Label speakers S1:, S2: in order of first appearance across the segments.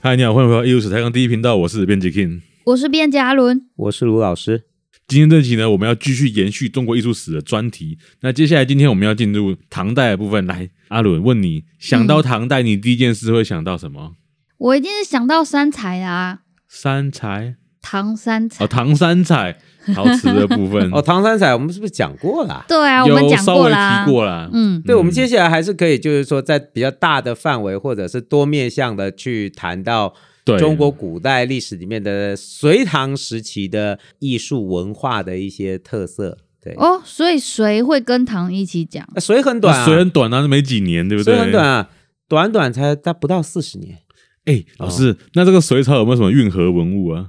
S1: 嗨，你好，欢迎回到艺 E 术史台港第一频道，我是编辑 King。
S2: 我是卞嘉伦，
S3: 我是卢老师。
S1: 今天这期呢，我们要继续延续中国艺术史的专题。那接下来，今天我们要进入唐代的部分。来，阿伦问你，想到唐代，你第一件事会想到什么？
S2: 我一定是想到三才啊，
S1: 三才
S2: 唐三才。
S1: 哦，唐三彩，陶瓷的部 分
S3: 哦，唐三彩，我们是不是讲过了啊？
S2: 对啊，我们
S1: 有
S2: 讲
S1: 稍微
S2: 过啦，
S1: 提过啦。
S2: 嗯，
S3: 对，我们接下来还是可以，就是说，在比较大的范围或者是多面向的去谈到
S1: 对
S3: 中国古代历史里面的隋唐时期的艺术文化的一些特色。对，
S2: 哦，所以谁会跟唐一起讲？
S3: 那隋很短
S1: 那
S3: 啊，
S1: 虽然短啊，没几年，对不对？
S3: 隋很短。啊，短短才它不到四十年。
S1: 哎，老师，
S3: 哦
S1: 那这个隋朝有没有什么运河文物啊？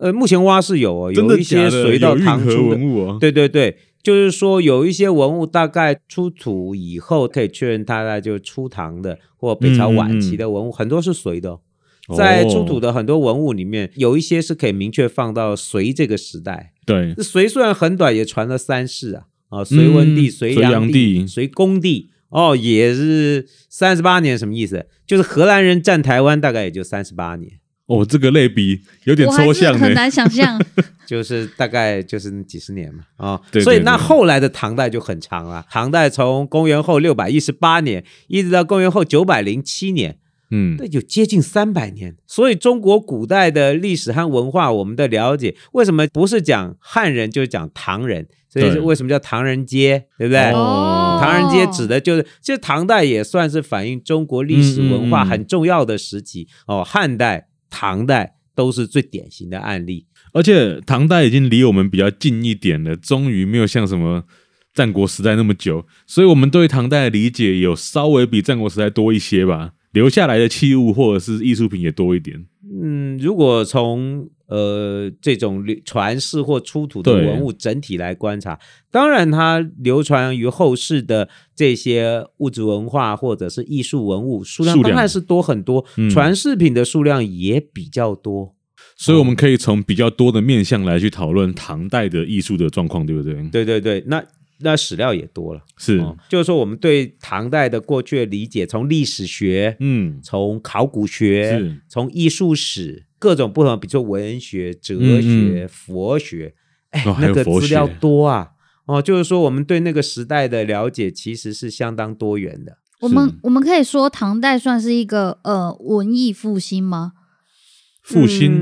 S3: 呃，目前挖是有哦，
S1: 真
S3: 有一
S1: 假
S3: 些
S1: 的
S3: 隋到
S1: 有运
S3: 唐
S1: 河
S3: 初的
S1: 文物哦。
S3: 对对对，就是说有一些文物大概出土以后，可以确认它大概就是初唐的或北朝晚期的文物，很多是隋的哦、
S1: 嗯哦
S3: 在出土的很多文物里面，有一些是可以明确放到隋这个时代。
S1: 对，
S3: 隋虽然很短，也传了三世啊，啊，隋文帝、
S1: 嗯
S3: 隋
S1: 隋炀
S3: 炀
S1: 帝
S3: 帝、隋恭帝，哦，也是三十八年，什么意思？就是荷兰人占台湾，大概也就三十八年，
S1: 哦，这个类比有点
S2: 嗯我还
S1: 抽
S2: 是
S1: 象
S2: 很
S1: 呢。
S2: 难想 象。
S3: 就是大概就是那几十年嘛，啊、
S1: 对
S3: 所以
S1: 对
S3: 那
S1: 对
S3: 后来的唐代就很长了。唐代从公元后六百一十八年一直到公元后九百零七年，
S1: 嗯，
S3: 那有接近三百年。所以中国古代的历史和文化，我们的了解为什么不是讲汉人就是讲唐人？所以
S1: 对
S3: 是为什么叫唐人街，对不对？
S1: 哦
S3: 唐人街指的就是，其实唐代也算是反映中国历史文化
S1: 嗯嗯嗯
S3: 很重要的时期哦，汉代、唐代都是最典型的案例。
S1: 而且唐代已经离我们比较近一点了，终于没有像什么战国时代那么久，所以我们对唐代的理解有稍微比战国时代多一些吧。留下来的器物或者是艺术品也多一点。
S3: 嗯，如果从呃这种流传世或出土的
S1: 对
S3: 文物整体来观察，当然它流传于后世的这些物质文化或者是艺术文物数量
S1: 数
S3: 当
S1: 量
S3: 然是多很多，
S1: 嗯
S3: 传世品的数量也比较多。
S1: 所以我们可以从比较多的面向来去讨论唐代的艺术的状况，对不对？
S3: 对对对，那那史料也多了，
S1: 是，
S3: 哦就是说我们对唐代的过去的理解，从历史学、
S1: 嗯，
S3: 从考古学、
S1: 是，
S3: 从艺术史各种不同，比如说文学、哲学、
S1: 嗯
S3: 佛学，哎、
S1: 哦还有
S3: 那个
S1: 佛
S3: 资料
S1: 学
S3: 多啊。哦，就是说我们对那个时代的了解其实是相当多元的。
S2: 我们我们可以说唐代算是一个呃文艺复兴吗？
S1: 复兴，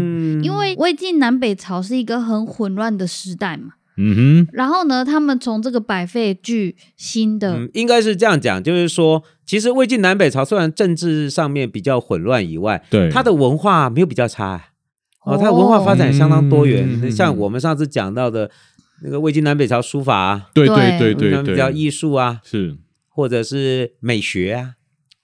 S3: 嗯
S2: 因为魏晋南北朝是一个很混乱的时代嘛。
S1: 嗯哼，
S2: 然后呢，他们从这个百废俱兴的，
S3: 嗯，应该是这样讲，就是说，其实魏晋南北朝虽然政治上面比较混乱以外，
S1: 对，
S3: 它的文化没有比较差啊。哦，它的文化发展也相当多元，
S1: 嗯
S3: 像我们上次讲到的那个魏晋南北朝书法啊，
S1: 对对对
S2: 对
S3: 他
S1: 对
S3: 们叫
S1: 对，
S3: 艺术啊，
S1: 是，
S3: 或者是美学啊，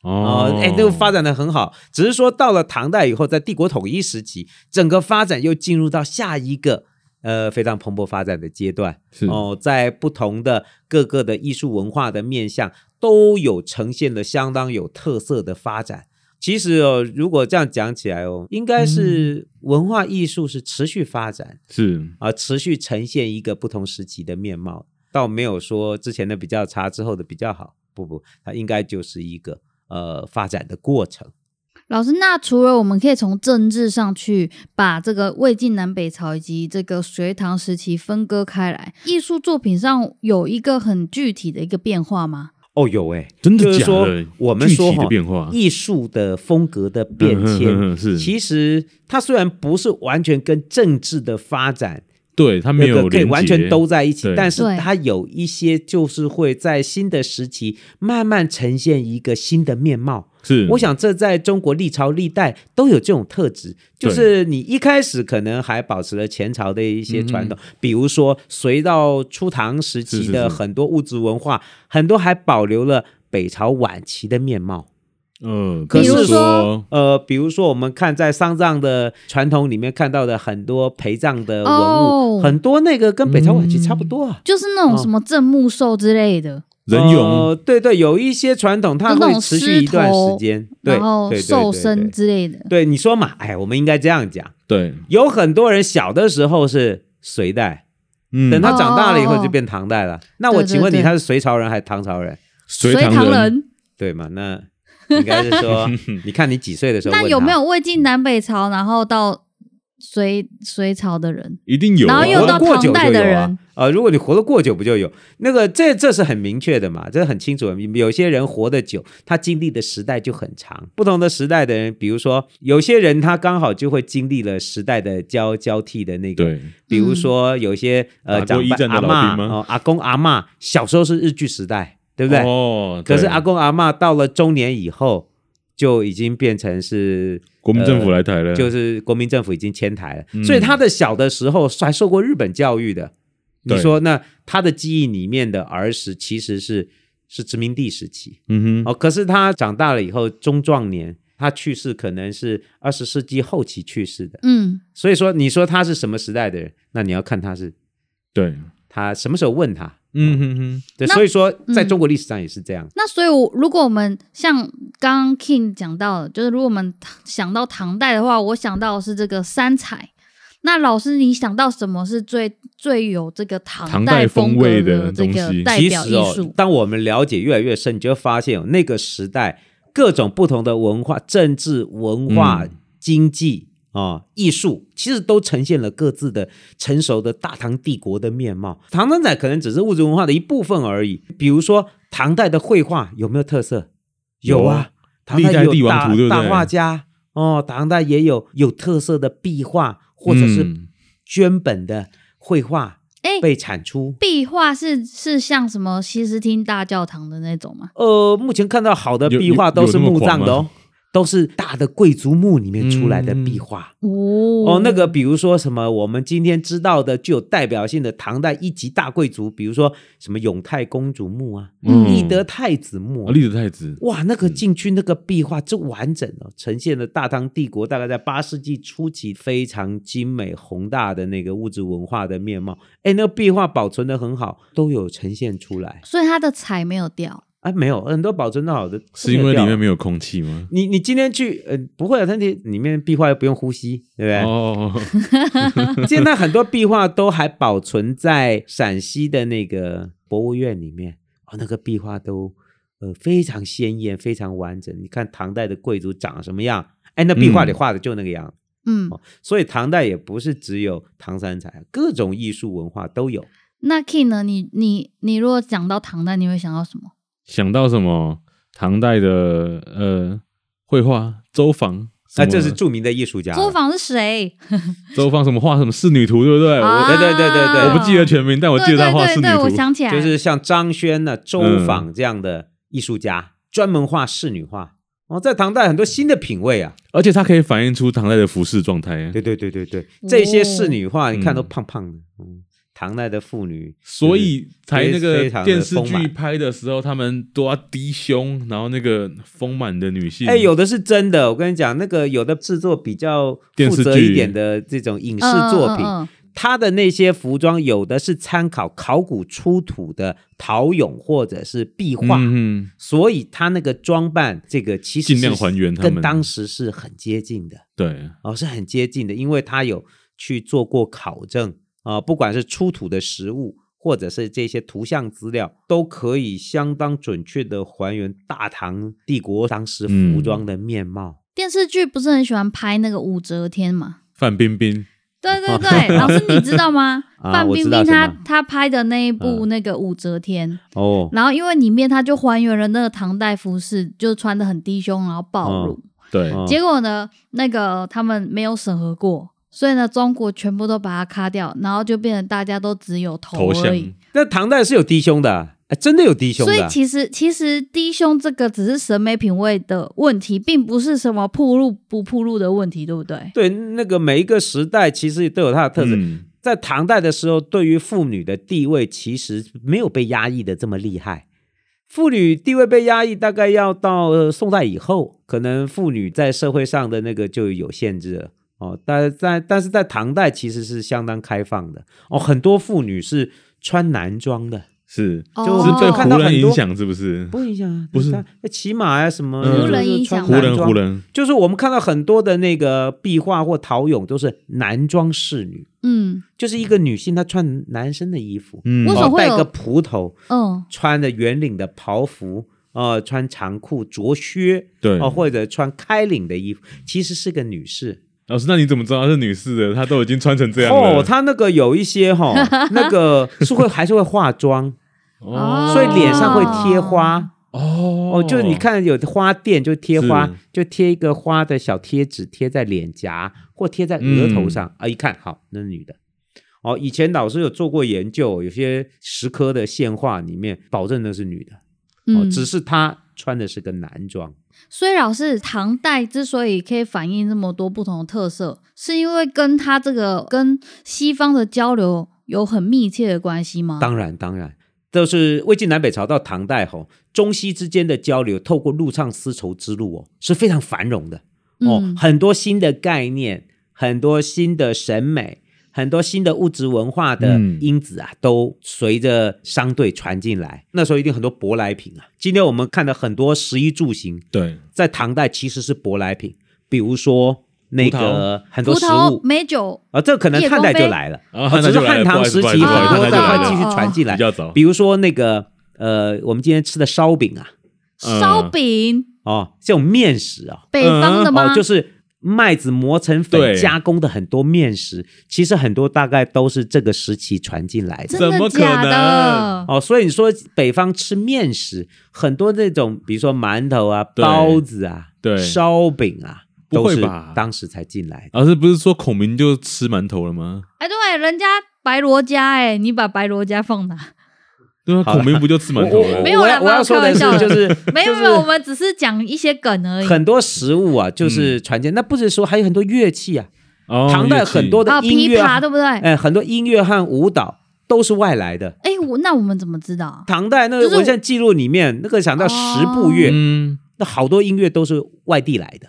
S1: 哦
S3: 哦，，哎，那个发展的很好，只是说到了唐代以后，在帝国统一时期，整个发展又进入到下一个呃非常蓬勃发展的阶段。
S1: 是，
S3: 哦，在不同的各个的艺术文化的面向，都有呈现了相当有特色的发展。其实哦，如果这样讲起来哦，应
S1: 嗯
S3: 该是文化艺术是持续发展
S1: 是，
S3: 啊、持续呈现一个不同时期的面貌，倒没有说之前的比较差，之后的比较好。不不，它应该就是一个呃发展的过程。
S2: 老师，那除了我们可以从政治上去把这个魏晋南北朝以及这个隋唐时期分割开来，艺术作品上有一个很具体的一个变化吗？
S3: 哦，有哎、
S1: 真的
S3: 就是
S1: 假
S3: 说
S1: 的？
S3: 我们
S1: 具
S3: 说
S1: 体的
S3: 哈
S1: 变化，
S3: 艺术的风格的变
S1: 嗯哼
S3: 迁，
S1: 哼哼是
S3: 其实它虽然不是完全跟政治的发展
S1: 对，它没
S3: 那
S1: 有
S3: 个可以
S1: 连
S3: 完
S1: 结
S3: 全都在一起
S1: 对，
S3: 但是
S2: 对
S3: 它有一些就是会在新的时期慢慢呈现一个新的面貌。
S1: 是，
S3: 我想这在中国历朝历代都有这种特质，
S1: 对
S3: 就是你一开始可能还保持了前朝的一些传统，比如说隋到初唐时
S1: 嗯是
S3: 期
S1: 是是
S3: 的很多物质文化，很多还保留了北朝晚期的面貌。
S1: 嗯，
S3: 可
S1: 比
S3: 是
S1: 如
S2: 说
S3: 呃，比如说我们看在丧葬的传统里面看到的很多陪葬呃的文物，
S2: 哦
S3: 很多那个跟北朝晚期差不多啊。
S2: 就是那种什么郑木寿之类的，
S1: 嗯人
S3: 呃
S1: 俑，
S3: 对对，有一些传统它
S2: 就那
S3: 会
S2: 种
S3: 持
S2: 狮
S3: 续一段时间，对，
S2: 然后
S3: 对
S2: 瘦身。
S3: 对对对对
S2: 之类的。
S3: 对，你说嘛，哎，我们应该这样讲，
S1: 对，
S3: 有很多人小的时候是隋代，
S1: 嗯，
S3: 等他长大了以
S2: 哦哦
S3: 后
S2: 哦
S3: 就变唐代了。那
S2: 对
S3: 我
S2: 对
S3: 请问你，
S2: 对
S3: 他是隋朝人还是唐朝人？
S1: 隋唐人，
S3: 对嘛？那应该是 说，你看你几岁的时候问
S2: 那
S3: 他，
S2: 有没有魏晋南北朝，然后到隋隋朝的人？
S1: 一定有
S2: 然
S1: 啊，
S2: 后又
S3: 活
S2: 到
S3: 得过
S2: 唐
S3: 久
S2: 代
S3: 就有
S2: 的
S3: 啊
S2: 人，
S3: 呃，如果你活得过久，不就有那个这这是很明确的嘛，这很清楚的。有些人活得久，他经历的时代就很长。不同的时代的人，比如说有些人他刚好就会经历了时代的交交替的那个，
S1: 对，
S3: 比如说有些呃
S1: 打
S3: 长
S1: 过一
S3: 辈
S1: 战的
S3: 阿
S1: 老
S3: 嬷
S1: 兵吗
S3: 哦、阿公阿嬷小时候是日据时代，对不对？
S1: 哦，
S3: 可是
S1: 对
S3: 阿公阿嬷到了中年以后，就已经变成是
S1: 国民政府来台了，
S3: 呃就是国民政府已经迁台了，
S1: 嗯
S3: 所以他的小的时候还受过日本教育的。
S1: 对
S3: 你说那他的记忆里面的儿时其实是是殖民地时期
S1: 嗯哼，
S3: 哦，可是他长大了以后中壮年，他去世可能是二十世纪后期去世的，
S2: 嗯，
S3: 所以说你说他是什么时代的人，那你要看他是
S1: 对，
S3: 他什么时候问他，
S1: 嗯哼哼，
S3: 对，
S2: 那
S3: 所以说在
S2: 嗯
S3: 中国历史上也是这样。
S2: 那所以我，如果我们像刚刚 King 讲到的，就是如果我们想到唐代的话，我想到的是这个三彩。那老师，你想到什么是最最有这个
S1: 唐
S2: 唐
S1: 代
S2: 代
S1: 风
S2: 风
S1: 味
S2: 格
S1: 的
S2: 这
S1: 东西
S2: 个代
S3: 其
S2: 表
S3: 实
S2: 艺
S3: 哦
S2: 术，？
S3: 当我们了解越来越深，你就会发现、哦，那个时代各种不同的文化、政治、文化、
S1: 嗯
S3: 经济啊、哦艺术，其实都呈现了各自的成熟的大唐帝国的面貌。唐三彩可能只是物质文化的一部分而已。比如说，唐代的绘画有没有特色？有
S1: 有
S3: 啊
S1: 啊，
S3: 唐代
S1: 历代
S3: 有
S1: 帝王
S3: 大
S1: 图对不对
S3: 大画家哦，唐代也有有特色的壁画，或者是
S1: 嗯
S3: 绢本的绘画
S2: 哎、
S3: 被产出。
S2: 壁画是是像什么西斯汀大教堂的那种吗？
S3: 呃，目前看到好的
S1: 有
S3: 壁
S1: 有
S3: 画都
S1: 有
S3: 是
S1: 那么
S3: 墓
S1: 狂
S3: 葬的哦
S1: 吗，
S3: 都是大的贵族墓里面出来的壁
S1: 嗯
S3: 画。
S2: 哦
S3: 哦，那个比如说什么，我们今天知道的具有代表性的唐代一级大贵族，比如说什么永泰公主墓啊、
S1: 嗯
S3: 立德太子墓
S1: 哦
S3: 啊、
S1: 立德太子，
S3: 哇，那个进去那个壁画，这完整哦，呈现了大唐帝国大概在八世纪初期非常精美宏大的那个物质文化的面貌。哎，那个壁画保存的很好，都有呈现出来。
S2: 所以它的彩没有掉。
S3: 啊，没有，很多保存的好的
S1: 是因为里
S3: 掉了
S1: 面没有空气吗？
S3: 你你今天去呃不会啊，它那里面壁画又不用呼吸，对不对？
S1: 哦，
S3: 现在很多壁画都还保存在陕西的那个博物院里面，哦，那个壁画都呃非常鲜艳，非常完整。你看唐代的贵族长什么样？哎，那壁画里
S1: 嗯
S3: 画的就那个样子。
S2: 嗯，
S3: 所以唐代也不是只有唐三彩，各种艺术文化都有。
S2: 那 King 呢？你你你如果讲到唐代，你会想到什么？
S1: 想到什么唐代的呃绘画周防。什
S3: 那、
S1: 么
S3: 这啊是著名的艺术家了。
S2: 作坊是谁？
S1: 周防什么画什么仕女图，对不对？呃我
S2: 啊
S3: 对对对对对
S1: 我不记得全名，但我记得他画
S2: 对
S1: 仕女
S2: 对对对，我
S1: 图。
S2: 想起来，
S3: 就是像张轩呢、周
S1: 嗯
S3: 昉这样的艺术家，专门画仕女画。哦，在唐代很多新的品味啊，
S1: 而且它可以反映出唐代的服饰状态，啊
S3: 对对对对对，这
S2: 哦
S3: 些仕女画你看
S1: 嗯
S3: 都胖胖的，嗯，唐代的妇女，
S1: 所以才那个
S3: 非常地
S1: 电视
S3: 丰
S1: 剧
S3: 满
S1: 拍的时候，他们都要低胸，然后那个丰满的女性。
S3: 哎，有的是真的，我跟你讲，那个有的制作比较
S1: 电
S3: 负
S1: 视
S3: 责一
S1: 剧
S3: 点的这种影
S2: 嗯
S3: 视作品，
S2: 嗯嗯嗯
S3: 他的那些服装有的是参考考古出土的陶俑或者是壁画，
S1: 嗯
S3: 所以他那个装扮这个其实
S1: 尽量
S3: 是
S1: 还原他
S3: 跟
S1: 们
S3: 当时是很接近的。
S1: 哼，对，
S3: 哦，是很接近的，因为他有去做过考证啊、不管是出土的实物，或者是这些图像资料，都可以相当准确的还原大唐帝国当时服
S1: 嗯
S3: 装的面貌。
S2: 电视剧不是很喜欢拍那个武则天嘛？
S1: 范冰冰，
S2: 对 对对，老师你知道吗？
S3: 啊
S2: 范
S3: 我
S2: 冰
S3: 知道
S2: 冰
S3: 什
S2: 她
S3: 么
S2: 她拍的那一部
S3: 嗯
S2: 那个武则天，
S3: 哦，
S2: 然后因为里面她就还原了那个唐代服饰，就穿的很低胸，然后暴露。
S1: 对，
S3: 哦
S2: 结果呢，那个他们没有审核过，所以呢，中国全部都把它卡掉，然后就变成大家都只有头
S1: 头像
S2: 而已。
S3: 那唐代是有低胸的啊，哎真的有低胸
S2: 所以
S3: 的啊。
S2: 其实其实低胸这个只是审美品味的问题，并不是什么铺路不铺路的问题，对不对？
S3: 对，那个每一个时代其实都有它的特色。
S1: 嗯
S3: 在唐代的时候，对于妇女的地位其实没有被压抑的这么厉害。妇女地位被压抑，大概要到、呃宋代以后，可能妇女在社会上的那个就有限制了哦。但在但是在唐代其实是相当开放的哦，很多妇女是穿男装的，
S1: 是
S2: 哦
S1: 是被
S3: 看
S1: 胡
S3: 到
S1: 人
S3: 很
S1: 影
S3: 多
S1: 响，是不是？
S3: 不影响啊，
S1: 不是
S3: 她骑马啊什么，
S1: 嗯
S3: 就是
S1: 胡人
S3: 就是
S2: 影响
S3: 穿
S1: 胡人
S3: 男装
S1: 胡人，
S3: 就是我们看到很多的那个壁画或陶俑都是男装仕女，
S2: 嗯
S3: 就是一个女性她穿男生的衣服，
S1: 嗯
S2: 为什么
S3: 哦
S2: 会
S3: 戴
S2: 有
S3: 个蒲头，
S2: 嗯，
S3: 穿着圆领的袍服，呃穿长裤、着靴，
S1: 对
S3: 哦、或者穿开领的衣服，其实是个女士。
S1: 老师，那你怎么知道她是女士的？她都已经穿成这样了。
S3: 哦，她那个有一些 哈、那个是会还是会化妆，
S1: 哦
S3: 所以脸上会贴花。
S1: 哦
S3: 哦，就是你，看有花店就贴花
S1: 是，
S3: 就贴一个花的小贴纸，贴在脸颊或贴在额头
S1: 嗯
S3: 上、啊，一看好，那是女的。哦，以前老师有做过研究，有些石科的线画里面保证那是女的，哦，
S2: 嗯，
S3: 只是她穿的是个男装。
S2: 所以老师，唐代之所以可以反映这么多不同的特色，是因为跟他这个跟西方的交流有很密切的关系吗？
S3: 当然，当然，都是魏晋南北朝到唐代吼，中西之间的交流，透过陆唱丝绸之路哦，是非常繁荣的哦，
S2: 嗯
S3: 很多新的概念，很多新的审美。很多新的物质文化的
S1: 嗯
S3: 因子啊，都随着商队传进来。那时候一定很多舶来品啊。今天我们看的很多食衣住行，
S1: 对，
S3: 在唐代其实是舶来品，比如说那个很
S2: 葡
S3: 多食
S2: 萄
S3: 物、
S2: 美酒，
S3: 啊，这可能
S2: 夜
S3: 汉代
S2: 光
S3: 就
S2: 杯
S3: 来了，
S1: 啊
S3: 只是汉唐时期很
S2: 不好意思不好意思哦
S3: 多再
S2: 汉代就
S3: 会继
S2: 来
S3: 续
S2: 了
S3: 传进来
S1: 比。较早，
S3: 比如说那个呃，我们今天吃的烧饼啊，
S1: 嗯
S2: 烧饼，
S3: 哦，这种面食啊，
S2: 北方的吗？
S3: 哦，就是麦子磨成粉
S1: 对
S3: 加工的很多面食，其实很多大概都是这个时期传进来的。
S2: 真
S1: 怎
S2: 的
S1: 么可
S2: 假的
S1: 能？
S3: 哦，所以你说北方吃面食，很多那种，比如说馒头啊、
S1: 对
S3: 包子啊、
S1: 对
S3: 烧饼啊，
S1: 不
S3: 都
S1: 会
S3: 是
S1: 吧
S3: 当时才进来的。
S1: 老师不是说孔明就吃馒头了吗？
S2: 哎，对，人家白罗家，哎，你把白罗家放哪？
S1: 对啊，
S3: 好了
S1: 孔明不就吃馒头
S3: 我
S1: 了？
S2: 没有
S3: 我
S2: 啦
S3: 要我要说的是
S2: 开玩笑，
S3: 就是
S2: 没有
S3: 就
S2: 没
S3: 是
S2: 有，我们只是讲一些梗
S1: 哎
S2: 而已。
S3: 很多食物啊，就是传进，那不是说还有很多乐器啊，
S1: 嗯哦
S3: 唐代
S1: 乐器
S3: 很多
S2: 啊，
S3: 的音
S2: 琵
S3: 乐啊，
S2: 琶对不对？哎、
S3: 哎，很多音乐和舞蹈都是外来的。
S2: 我那我们怎么知道？
S3: 唐代那
S2: 哦就
S3: 个
S2: 是
S3: 文献记录里面，那个想到十部乐，
S1: 嗯，
S3: 那好多音乐都是外地来的，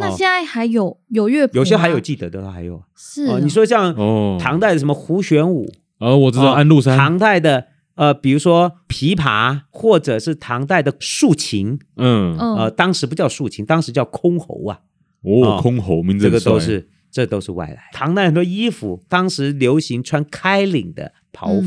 S2: 那现在还有有乐谱吗，
S3: 哦有些还有记得的还有。
S2: 是
S3: 哦，
S2: 哦
S3: 你说像
S1: 哦，
S3: 唐代的什么胡旋舞，
S1: 哦，我知道
S3: 哦
S1: 安禄山，
S3: 唐代的呃，比如说琵琶，或者是唐代的竖琴，
S1: 嗯，
S2: 嗯
S3: 呃，当时不叫竖琴，当时叫箜篌啊，
S1: 哦
S3: 哦，
S1: 箜篌名字
S3: 这
S1: 很
S3: 个都
S1: 帅
S3: 是这都是外来。唐代很多衣服，当时流行穿开领的袍服，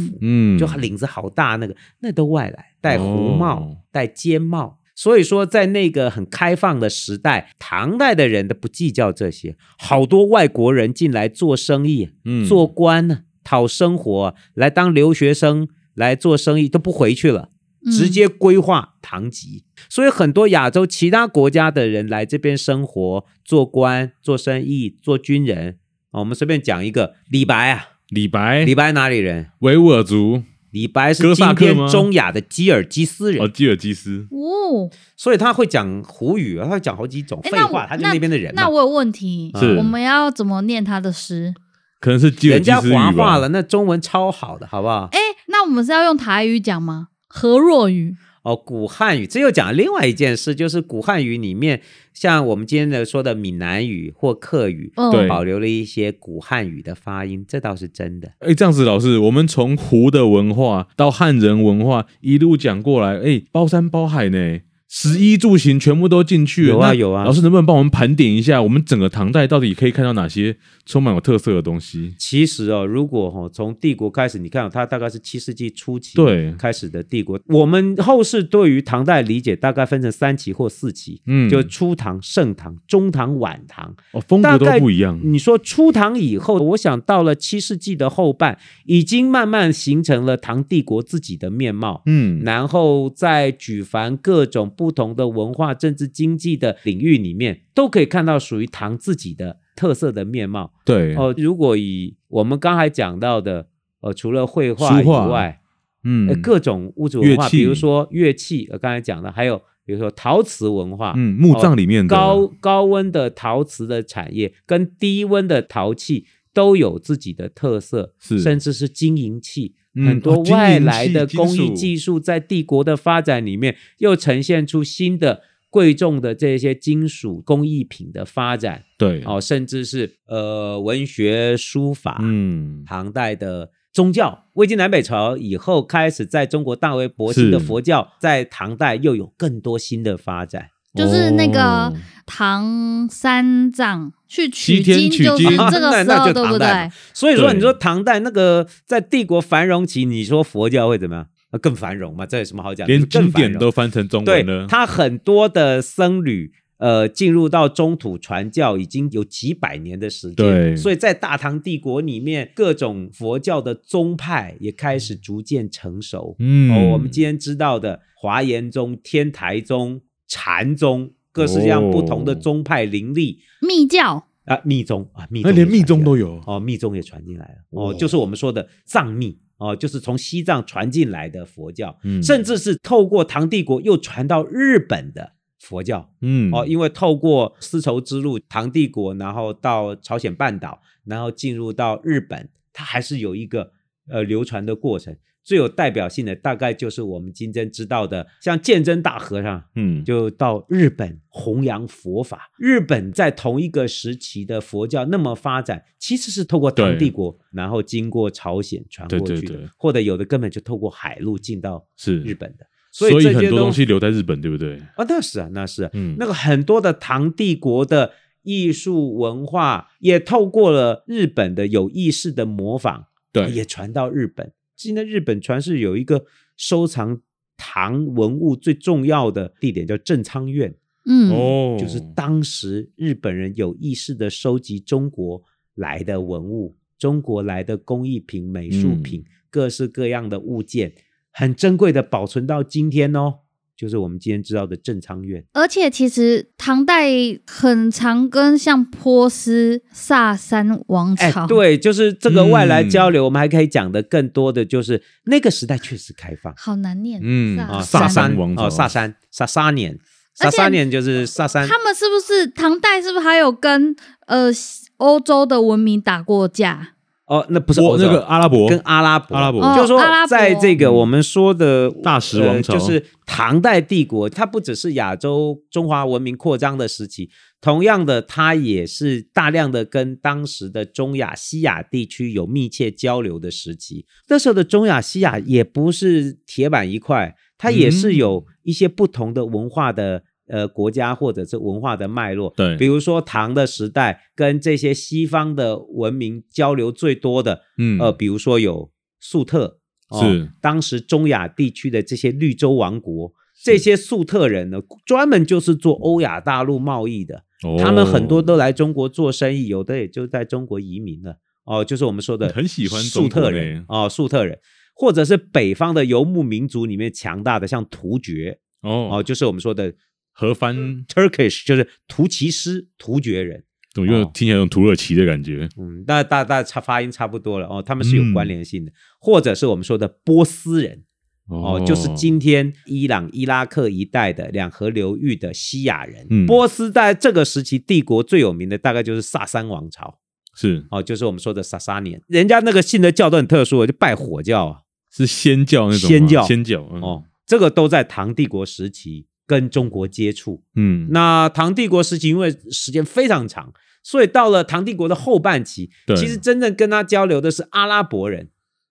S1: 嗯，
S2: 嗯
S3: 就领子好大那个，那都外来，戴胡帽、
S1: 哦
S3: 戴尖帽。所以说，在那个很开放的时代，唐代的人都不计较这些，好多外国人进来做生意、
S1: 嗯
S3: 做官呢，讨生活，来当留学生，来做生意都不回去了，直接规划唐籍。所以很多亚洲其他国家的人来这边生活、做官、做生意、做军人。哦我们随便讲一个，李白啊，
S1: 李白
S3: 李白哪里人？
S1: 维吾尔族
S3: 李白是
S1: 哥
S3: 今
S1: 萨克
S3: 天
S1: 吗
S3: 中亚的吉尔吉斯人，
S1: 哦，吉尔吉斯，
S2: 哦，
S3: 所以他会讲胡语，啊他会讲好几种
S2: 哎
S3: 废
S2: 那
S3: 话，
S2: 我
S3: 他就那边的人
S2: 那
S3: 嘛。嗯
S2: 我有问题，
S1: 是
S2: 我们要怎么念他的诗？
S1: 可能是吉尔
S3: 人
S1: 吉
S3: 家
S1: 斯
S3: 华
S1: 语
S3: 化
S1: 吧？
S3: 了，那中文超好的，好不好？
S2: 哎，那我们是要用台语讲吗？何若语
S3: 哦，古汉语，这又讲另外一件事，就是古汉语里面，像我们今天的说的闽南语或客语，
S2: 嗯
S1: 对
S3: 保留了一些古汉语的发音，这倒是真的。
S1: 哎，这样子，老师，我们从胡的文化到汉人文化一路讲过来，哎，包山包海呢，食衣住行全部都进去了。
S3: 有啊
S1: 那
S3: 有啊
S1: 老师能不能帮我们盘点一下，我们整个唐代到底可以看到哪些充满有特色的东西？
S3: 其实哦，如果哦从帝国开始，你看、哦、它大概是七世纪初期
S1: 对
S3: 开始的帝国。我们后世对于唐代理解大概分成三期或四期，
S1: 嗯
S3: 就初唐、盛唐、中唐、晚唐。
S1: 哦，风
S3: 大
S1: 格都
S3: 概
S1: 不一样。
S3: 你说初唐以后，我想到了七世纪的后半，已经慢慢形成了唐帝国自己的面貌。
S1: 嗯，
S3: 然后在举凡各种不同的文化、政治、经济的领域里面，都可以看到属于唐自己的特色的面貌。
S1: 对，
S3: 哦，如果以我们刚才讲到的，呃，除了绘画以
S1: 书画
S3: 外，呃
S1: 嗯，
S3: 各种物质文化，
S1: 乐器
S3: 比如说乐器，呃，刚才讲的，还有比如说陶瓷文化，
S1: 嗯，墓葬里面的
S3: 哦高高温的陶瓷的产业跟低温的陶器都有自己的特色，
S1: 是
S3: 甚至是金银器。
S1: 嗯
S3: 很多
S1: 哦金银
S3: 外来
S1: 器
S3: 的
S1: 金
S3: 工艺
S1: 属
S3: 技术在帝国的发展里面，又呈现出新的贵重的这些金属工艺品的发展。
S1: 对，
S3: 哦，甚至是呃文学、书法，
S1: 嗯，
S3: 唐代的宗教，魏晋南北朝以后开始在中国大为博新的
S1: 是
S3: 佛教，在唐代又有更多新的发展。
S2: 就是那个
S1: 哦
S2: 唐三藏去
S1: 西
S2: 取
S1: 天
S2: 经，
S1: 取
S2: 就是
S1: 经
S2: 这个时
S3: 那那
S2: 候，
S3: 就
S2: 对不
S3: 唐代
S2: 对？
S3: 所以说，
S1: 对
S3: 你说唐代那个在帝国繁荣期，你说佛教会怎么样？呃更繁荣嘛，这有什么好讲？
S1: 连
S3: 就是更
S1: 经
S3: 繁
S1: 典
S3: 荣
S1: 都翻成中
S3: 对
S1: 文了。
S3: 他很多的僧侣，呃，进入到中土传教已经有几百年的时间，
S1: 对
S3: 所以在大唐帝国里面，各种佛教的宗派也开始逐渐成熟。
S1: 嗯，
S3: 哦，我们今天知道的华严宗、天台宗、禅宗，各式各样不同的
S1: 哦
S3: 宗派林立
S2: 密教，
S3: 啊、密宗啊，密
S1: 那哦
S3: 宗
S1: 哎连
S3: 也
S1: 密
S3: 传
S1: 宗
S3: 进
S1: 都
S3: 来
S1: 有，
S3: 哦，密宗也传进来了
S1: 哦
S3: 哦，就是我们说的藏密哦，就是从西藏传进来的佛教，
S1: 嗯
S3: 甚至是透过唐帝国又传到日本的佛教
S1: 嗯，
S3: 哦，因为透过丝绸之路，唐帝国然后到朝鲜半岛，然后进入到日本，它还是有一个呃流传的过程。最有代表性的大概就是我们今天知道的，像鉴真大和尚，
S1: 嗯，
S3: 就到日本弘扬佛法。日本在同一个时期的佛教那么发展，其实是透过唐帝国，然后经过朝鲜传过去的，
S1: 对对对
S3: 或者有的根本就透过海路进到
S1: 是
S3: 日，本的。
S1: 所
S3: 以这
S1: 很
S3: 些
S1: 多东西留在日本，对不对？
S3: 啊，那是啊，那是啊，
S1: 嗯，
S3: 那个很多的唐帝国的艺术文化，也透过了日本的有意识的模仿，啊
S1: 对，
S3: 也传到日本。现在日本传是有一个收藏唐文物最重要的地点，叫正仓院。
S2: 嗯，
S1: 哦，
S3: 就是当时日本人有意识的收集中国来的文物、中国来的工艺品、美术品、
S1: 嗯
S3: 各式各样的物件，很珍贵的保存到今天哦。就是我们今天知道的正仓院，
S2: 而且其实唐代很常跟像波斯、萨珊王
S3: 哎
S2: 朝，，，
S3: 对，就是这个外来交
S1: 嗯
S3: 流，我们还可以讲的更多的就是那个时代确实开放
S2: 好难念，
S1: 嗯
S2: 萨
S1: 萨
S3: 啊，萨
S1: 珊
S3: 珊
S1: 王朝
S3: 哦，萨珊萨沙年，
S2: 而
S3: 萨
S2: 且
S3: 沙年就是萨珊，
S2: 他们是不是唐代是不是还有跟呃欧洲的文明打过架？
S3: 哦，那不是
S1: 我
S3: 欧洲
S1: 那个阿拉伯
S3: 跟阿拉伯，
S1: 阿拉伯
S2: 哦
S3: 就是说
S2: 阿拉伯，
S3: 在这个我们说的
S1: 大食王朝
S3: 呃就是唐代帝国，它不只是亚洲中华文明扩张的时期，同样的，它也是大量的跟当时的中亚、西亚地区有密切交流的时期。那时候的中亚、西亚也不是铁板一块，它也是
S1: 嗯
S3: 有一些不同的文化的。呃，国家或者是文化的脉络，
S1: 对
S3: 比如说唐的时代跟这些西方的文明交流最多的，
S1: 嗯
S3: 呃，比如说有粟特，哦、
S1: 是
S3: 当时中亚地区的这些绿洲王国，这些粟特人呢，专门就是做欧亚大陆贸易的，
S1: 哦
S3: 他们很多都来中国做生意，有的也就在中国移民了。哦，就是我们说的
S1: 很喜欢中
S3: 粟
S1: 国
S3: 特
S1: 嘞
S3: 人哦，粟特人，或者是北方的游牧民族里面强大的，像突厥
S1: 哦
S3: 哦，
S1: 哦，
S3: 就是我们说的
S1: 何番
S3: Turkish，就是突骑师、突厥人。
S1: 怎么又
S3: 哦
S1: 听起来有种土耳其的感觉？
S3: 嗯，那大大差发音差不多了哦，他们是有关
S1: 嗯
S3: 联性的，或者是我们说的波斯人哦，就是今天伊朗、伊拉克一带的两河流域的西亚人。
S1: 嗯
S3: 波斯在这个时期帝国最有名的大概就是萨珊王朝
S1: 是
S3: 哦，就是我们说的萨沙年，人家那个信的教都很特殊，就拜火教啊
S1: 是仙教那种吗
S3: 仙教
S1: 仙教嗯
S3: 哦，这个都在唐帝国时期跟中国接触。
S1: 嗯，
S3: 那唐帝国时期因为时间非常长，所以到了唐帝国的后半期
S1: 对，
S3: 其实真正跟他交流的是阿拉伯人，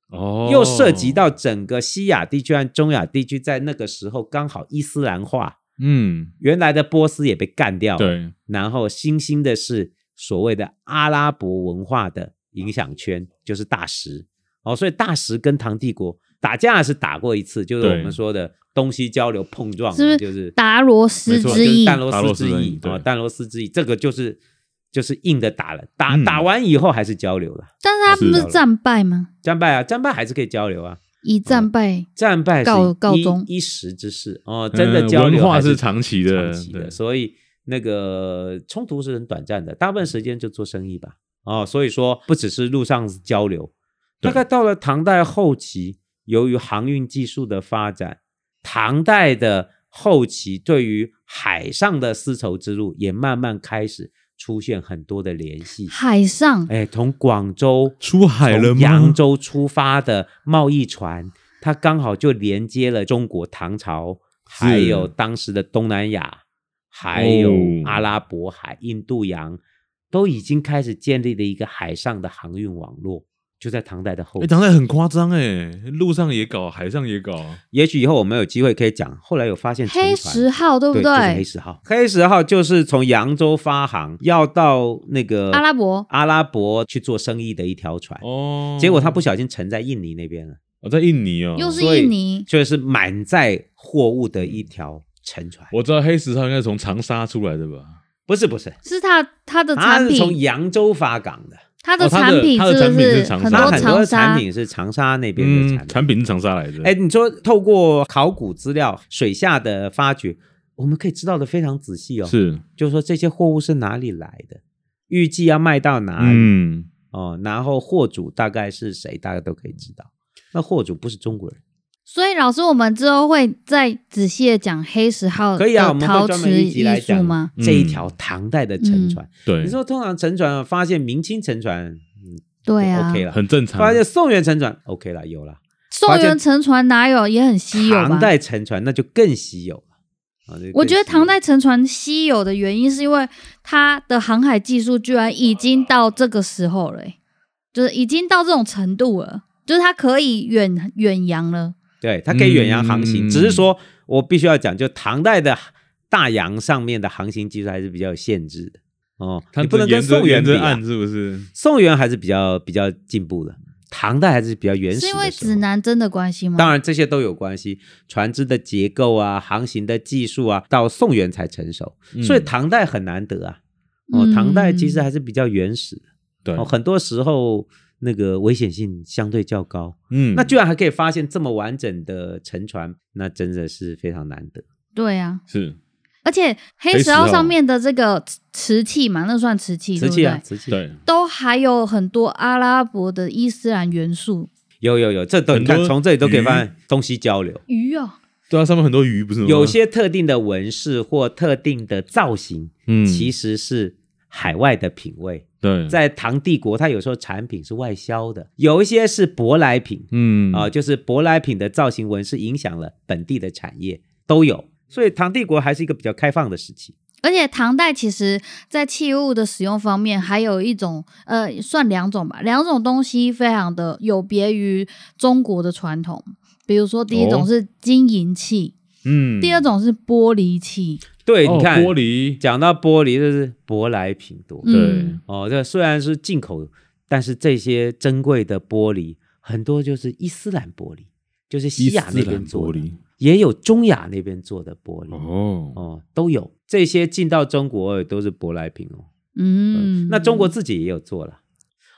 S1: 哦
S3: 又涉及到整个西亚地区和中亚地区在那个时候刚好伊斯兰化，
S1: 嗯，
S3: 原来的波斯也被干掉，，
S1: 对，
S3: 然后新兴的是所谓的阿拉伯文化的影响圈，就是大食哦，所以大食跟唐帝国打架是打过一次，就是
S1: 对
S3: 我们说的东西交流碰撞嘛，
S2: 是不是
S3: 就是
S2: 达罗斯
S1: 没错
S2: 之
S3: 就是
S2: 役，
S3: 淡罗
S1: 达罗斯
S3: 斯之
S1: 之役
S3: 役
S1: 对
S3: 啊，淡罗斯之役，这个就是就是硬的打了，打
S1: 嗯
S3: 打完以后还是交流了，
S2: 但是他们不是战败吗？
S3: 战败啊，战败还是可以交流啊，
S2: 以战败，
S3: 战败是
S2: 告
S3: 一
S2: 告终
S3: 一时之事哦，真的
S1: 嗯
S3: 交流
S1: 文化
S3: 还
S1: 是
S3: 是
S1: 长期的
S3: 长期
S1: 对
S3: 的，所以那个冲突是很短暂的，大部分时间就做生意吧，哦，所以说不只是路上交流，
S1: 对
S3: 大概到了唐代后期，由于航运技术的发展，唐代的后期对于海上的丝绸之路也慢慢开始出现很多的联系。
S2: 海上
S3: 哎，从广州
S1: 出海了
S3: 从
S1: 吗？
S3: 扬州出发的贸易船，它刚好就连接了中国唐朝，
S1: 是
S3: 还有当时的东南亚，还有
S1: 哦
S3: 阿拉伯海、印度洋，都已经开始建立了一个海上的航运网络。就在唐代的后
S1: 哎、
S3: 期，
S1: 唐代很夸张哎，路上也搞，海上也搞，
S3: 也许以后我们有机会可以讲。后来有发现沉
S2: 黑
S3: 船
S2: 石号对不
S3: 对就是黑石号，黑石号就是从扬州发航，要到那个
S2: 阿拉伯
S3: 哦阿拉伯去做生意的一条船。
S1: 哦，
S3: 结果他不小心沉在印尼那边了。
S1: 哦，在印尼哦，
S2: 又是
S3: 所以
S2: 印尼，
S3: 就是满载货物的一条沉船。
S1: 我知道黑石号应该是从长沙出来的吧？
S3: 不是不是，
S2: 是它它的
S3: 它
S2: 产
S3: 是从
S2: 品，
S3: 扬州发港的，
S2: 它
S1: 哦它的
S2: 产品
S1: 它的
S2: 是
S1: 产
S2: 不
S1: 品是
S2: 是
S1: 长
S2: 很
S1: 沙
S2: 多
S3: 那很多
S2: 长
S3: 产
S2: 沙？
S3: 品是长沙那边的
S1: 嗯
S3: 产，品。
S1: 产品是长沙来的。
S3: 哎，你说透过考古资料、水下的发掘，我们可以知道的非常仔细哦。，
S1: 是，
S3: 就是说这些货物是哪里来的，预计要卖到哪里、
S1: 嗯，
S3: 哦，然后货主大概是谁，大家都可以知道。那货主不是中国人，
S2: 所以老师，我们之后会再仔细的讲黑石号
S3: 可以啊，我
S2: 的
S3: 们
S2: 哦陶
S3: 会专
S2: 瓷
S3: 门一集
S2: 艺
S3: 来
S2: 术
S3: 讲
S2: 吗？嗯
S1: 嗯
S3: 这一条唐代的沉船。
S1: 对
S3: 你，说通常沉船发现明清沉船，嗯，
S2: 对啊
S3: OK，了，
S1: 很正常。
S3: 发现宋元沉船 OK 了，有了。
S2: 宋元沉船哪有也很稀有吧
S3: 唐？代沉船那就更稀有了。啊这个
S2: 我觉得
S3: 更稀有
S2: 唐代沉船稀有的原因是因为它的航海技术居然已经到这个时候了、欸就是已经到这种程度了，就是它可以远远洋了。
S3: 对，它可以远洋航行，
S1: 嗯
S3: 只是说我必须要讲，就唐代的大洋上面的航行技术还是比较有限制的哦，
S1: 它
S3: 你不能跟
S1: 沿着
S3: 宋元
S1: 沿
S3: 比、
S1: 着
S3: 啊
S1: 岸，是不是？
S3: 宋元还是比较比较进步的，唐代还是比较原始的
S2: 是
S3: 时
S2: 因
S3: 候。
S2: 为指南针的关系吗？
S3: 当然这些都有关系，船只的结构啊，航行的技术啊，到宋元才成熟，
S1: 嗯
S3: 所以唐代很难得啊。哦，
S2: 嗯
S3: 唐代其实还是比较原始的，
S1: 对
S3: 哦，，很多时候那个危险性相对较高。
S1: 嗯，
S3: 那居然还可以发现这么完整的沉船，那真的是非常难得。
S2: 对啊，
S1: 是
S2: 而且黑
S1: 黑
S2: 石
S1: 石
S2: 号
S1: 号
S2: 上面的这个瓷器嘛，那算瓷器，
S3: 瓷器
S2: 对
S3: 啊，
S2: 不对？
S3: 瓷器，，
S1: 对，
S2: 都还有很多阿拉伯的伊斯兰元素，
S3: 有有有，这都
S1: 很
S3: 你
S1: 多
S3: 看从这里都可以发现东西交流。
S2: 鱼哦，
S1: 对啊，上面很多鱼不是吗？
S3: 有些特定的纹饰或特定的造型，
S1: 嗯，
S3: 其实是海外的品味。
S1: 对，
S3: 在唐帝国，它有时候产品是外销的，有一些是舶来品
S1: 嗯
S3: 啊、就是舶来品的造型纹饰影响了本地的产业，都有。所以唐帝国还是一个比较开放的时期。
S2: 而且唐代其实在器物的使用方面，还有一种呃，算两种吧，两种东西非常的有别于中国的传统。比如说，第一种
S1: 哦
S2: 是金银器，
S1: 嗯，
S2: 第二种是玻璃器。
S3: 对，
S1: 哦
S3: 你看，
S1: 玻璃，
S3: 讲到玻璃，就是舶来品多。
S1: 对
S2: 嗯，
S3: 哦，这虽然是进口，但是这些珍贵的玻璃很多就是伊斯兰玻璃，就是西
S1: 伊斯
S3: 亚那
S1: 兰
S3: 边
S1: 玻
S3: 做的，
S1: 璃，
S3: 也有中亚那边做的玻璃哦
S1: 哦，
S3: 都有。这些进到中国也都是舶来品哦。
S2: 嗯，
S3: 那中国自己也有做了，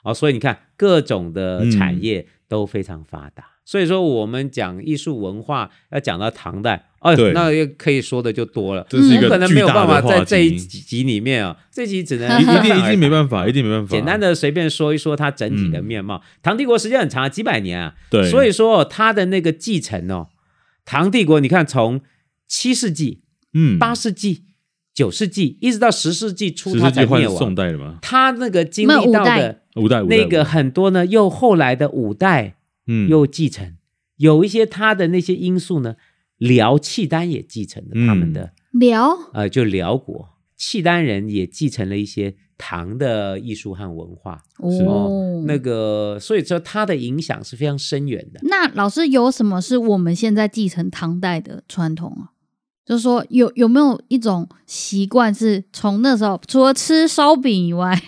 S3: 哦，所以你看各种
S1: 嗯
S3: 的产业都非常发达。所以说，我们讲艺术文化要讲到唐代，哎
S1: 对，
S3: 那又可以说的就多了。
S1: 这是一
S3: 我可
S1: 个
S3: 能
S1: 巨
S3: 没有
S1: 大
S3: 办
S1: 的
S3: 法
S1: 话
S3: 在
S1: 题，
S3: 这一集集里面啊，这集只能
S1: 一一定一定没
S3: 法。
S1: 办法，一定没办法，
S3: 简单
S1: 的，
S3: 的随便说一说它整体的
S1: 嗯
S3: 面貌。唐帝国时间很长，几百年啊，
S1: 对，
S3: 所以说它的那个继承哦，唐帝国你看从七世纪、
S1: 嗯，
S3: 八世纪、九世纪一直到十世纪初，
S1: 十
S3: 它
S1: 世纪
S3: 才
S1: 换
S3: 灭
S1: 宋
S3: 亡。
S1: 代了嘛，
S3: 它那个经
S2: 那
S3: 历
S2: 五
S3: 到
S2: 代
S3: 的
S1: 五代五代
S3: 那个
S1: 五代
S3: 很多呢，又后来的五代
S1: 嗯
S3: 又继承，有一些它的那些因素呢，辽契丹也继承了他们的
S2: 辽
S3: 呃，就辽国契丹人也继承了一些唐的艺术和文化。
S2: 哦，
S3: 那个，所以说它的影响是非常深远的。
S2: 那老师有什么是我们现在继承唐代的传统啊？就是说有有没有一种习惯是从那时候，除了吃烧饼以外，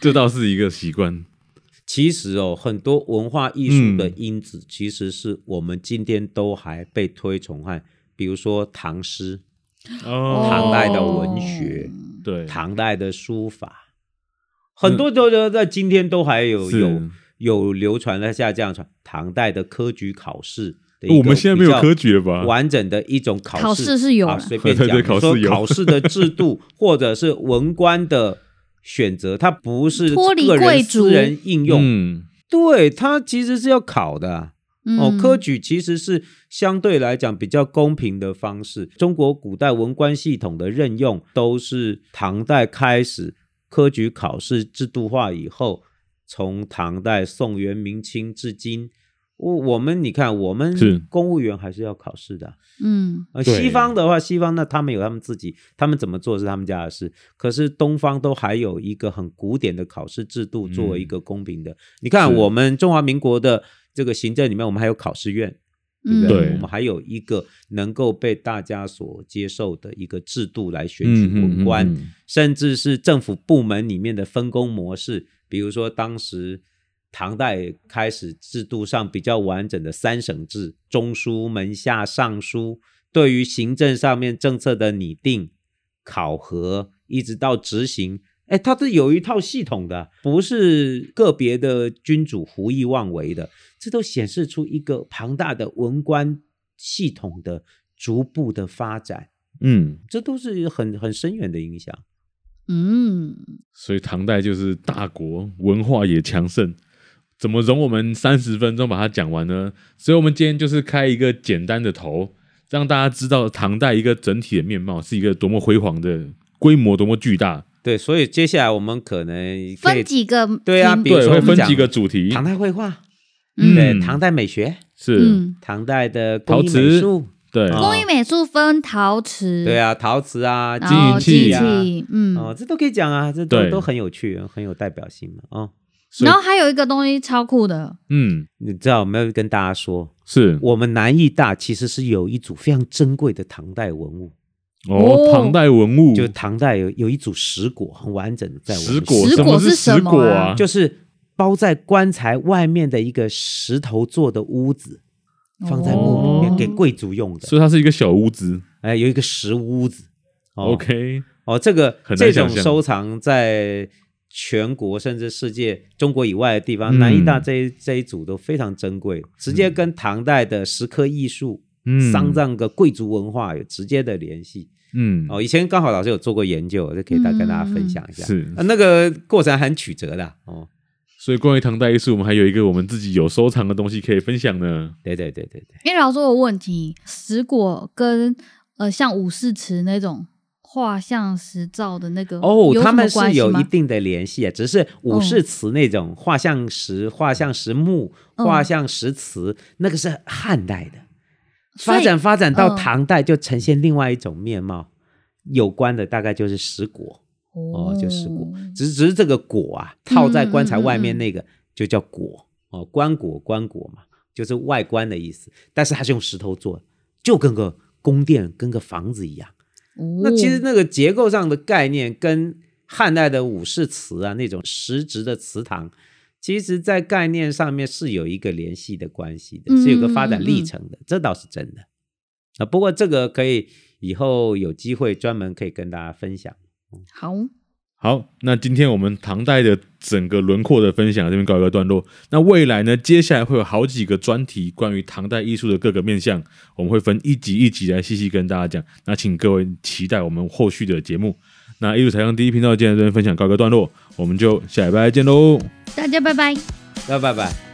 S1: 这倒是一个习惯，
S3: 其实哦，很多文化艺术的因子，其实是我们今天都还被推崇和，比如说唐诗、
S1: 哦
S3: 唐代的文学
S2: 哦
S1: 对，
S3: 唐代的书法，很多都都在今天都还有
S1: 是
S3: 有有流传了下这样传唐代的科举考试的一个
S1: 哦我们现在没有科举了吧？
S3: 完整的一种考试，
S2: 考试是有
S3: 啊，
S2: 了
S3: 随 便
S1: 对
S3: 讲，
S1: 对考试有
S3: 你说考试的 制度或者是文官的选择，它不是
S2: 脱离
S3: 个人
S2: 贵族
S3: 私人应用，
S1: 嗯，
S3: 对，它其实是要考的。哦，
S2: 嗯
S3: 科举其实是相对来讲比较公平的方式。中国古代文官系统的任用都是唐代开始科举考试制度化以后，从唐代、宋元、明清至今，我我们你看，我
S1: 是
S3: 们公务员还是要考试的啊。
S2: 嗯，
S3: 呃，
S1: 对
S3: 西方的话，西方那他们有他们自己，他们怎么做是他们家的事。可是东方都还有一个很古典的考试制度作为一个公平的。你看
S1: 嗯是
S3: 我们中华民国的这个行政里面，我们还有考试院，对不
S2: 嗯
S3: 对？
S1: 对
S3: 我们还有一个能够被大家所接受的一个制度来选举文
S1: 嗯
S3: 官，
S1: 嗯嗯嗯
S3: 甚至是政府部门里面的分工模式，比如说当时。唐代开始制度上比较完整的三省制，中书、门下、尚书，对于行政上面政策的拟定、考核，一直到执行，哎，它是有一套系统的，不是个别的君主胡意妄为的，这都显示出一个庞大的文官系统的逐步的发展，
S1: 嗯，
S3: 这都是很很深远的影响。
S2: 嗯，
S1: 所以唐代就是大国，文化也强盛。怎么容我们三十分钟把它讲完呢？所以，我们今天就是开一个简单的头，让大家知道唐代一个整体的面貌是一个多么辉煌的规模，多么巨大。
S3: 对，所以接下来我们可能可以
S2: 分几个
S3: 对啊
S2: 题目
S3: 比如
S1: 对，
S3: 说
S1: 会
S3: 我们
S1: 分
S3: 讲
S1: 几个主题，
S3: 唐代绘画，
S2: 嗯
S3: 对，唐代美学，
S1: 是、
S2: 嗯，
S3: 唐代的
S1: 陶
S3: 工艺美
S1: 瓷
S3: 术，
S1: 对、
S3: 啊
S2: 工艺美术分陶瓷，
S3: 对，啊，陶瓷啊，
S2: 然后
S1: 金银
S2: 机
S1: 器
S3: 啊，
S2: 器，嗯，
S3: 哦，这都可以讲啊，这
S1: 对
S3: 都都很有趣，很有代表性嘛。哦，
S1: 所以
S2: 嗯然后还有一个东西超酷的，
S1: 嗯，
S3: 你知道有没有跟大家说，
S1: 是
S3: 我们南艺大其实是有一组非常珍贵的唐代文物，
S1: 哦，
S2: 哦
S1: 唐代文物
S3: 就唐代有有一组石椁，很完整的在我们
S1: 石椁，
S2: 石
S1: 什么
S2: 椁
S1: 是
S2: 是
S1: 石
S2: 什么
S1: 椁
S2: 啊
S3: 就是包在棺材外面的一个石头做的屋子，放在墓里面
S1: 哦
S3: 给贵族用的，
S1: 所以它是一个小屋子。
S3: 哎，有一个石屋子。哦
S1: OK，
S3: 哦，这个
S1: 很难
S3: 这
S1: 想
S3: 种
S1: 象
S3: 收藏在全国甚至世界中国以外的地
S1: 嗯
S3: 方，南艺大这一这一组都非常珍贵，直接跟唐代的石刻艺术、
S1: 嗯，
S3: 丧葬跟贵族文化有直接的联系。
S1: 嗯，
S3: 哦，以前刚好老师有做过研究，这可以大跟大家分享一下。
S1: 是
S3: 啊，那个过程很曲折的哦。
S1: 所以关于唐代艺术，我们还有一个我们自己有收藏的东西可以分享呢。
S3: 对对对对对，
S2: 因为老师我有问题，石椁跟呃像武士祠那种画像石造的那个
S3: 哦，
S2: 有
S3: 他
S2: 什么
S3: 们是
S2: 关系
S3: 有一
S2: 吗？哦
S3: 定的联系啊，只是武士祠那种画像石、画像石墓、画
S2: 嗯
S3: 像石祠，那个是汉代的。
S2: 所以
S3: 发展发展到
S2: 嗯
S3: 唐代，就呈现另外一种面貌。有关的大概就是石椁
S2: 嗯
S3: 哦，就石椁，只是只是这个椁啊，套在棺材外面那个就叫椁哦，棺椁棺椁嘛，就是外观的意思。但是它是用石头做的，就跟个宫殿跟个房子一样。那其实
S2: 哦
S3: 那个结构上的概念跟汉代的武士祠啊那种实质的祠堂，其实在概念上面是有一个联系的关系的，
S2: 嗯
S3: 是有个发展历
S2: 嗯嗯
S3: 程的，这倒是真的。啊，不过这个可以以后有机会专门可以跟大家分享。
S2: 好，
S1: 好，那今天我们唐代的整个轮廓的分享这边告一个段落。那未来呢，接下来会有好几个专题关于唐代艺术的各个面向，我们会分一集一集来细细跟大家讲。那请各位期待我们后续的节目。那艺术台上第一频道今天这边分享告一个段落，我们就下礼拜再见喽。
S2: 大家拜拜。
S3: 拜拜拜。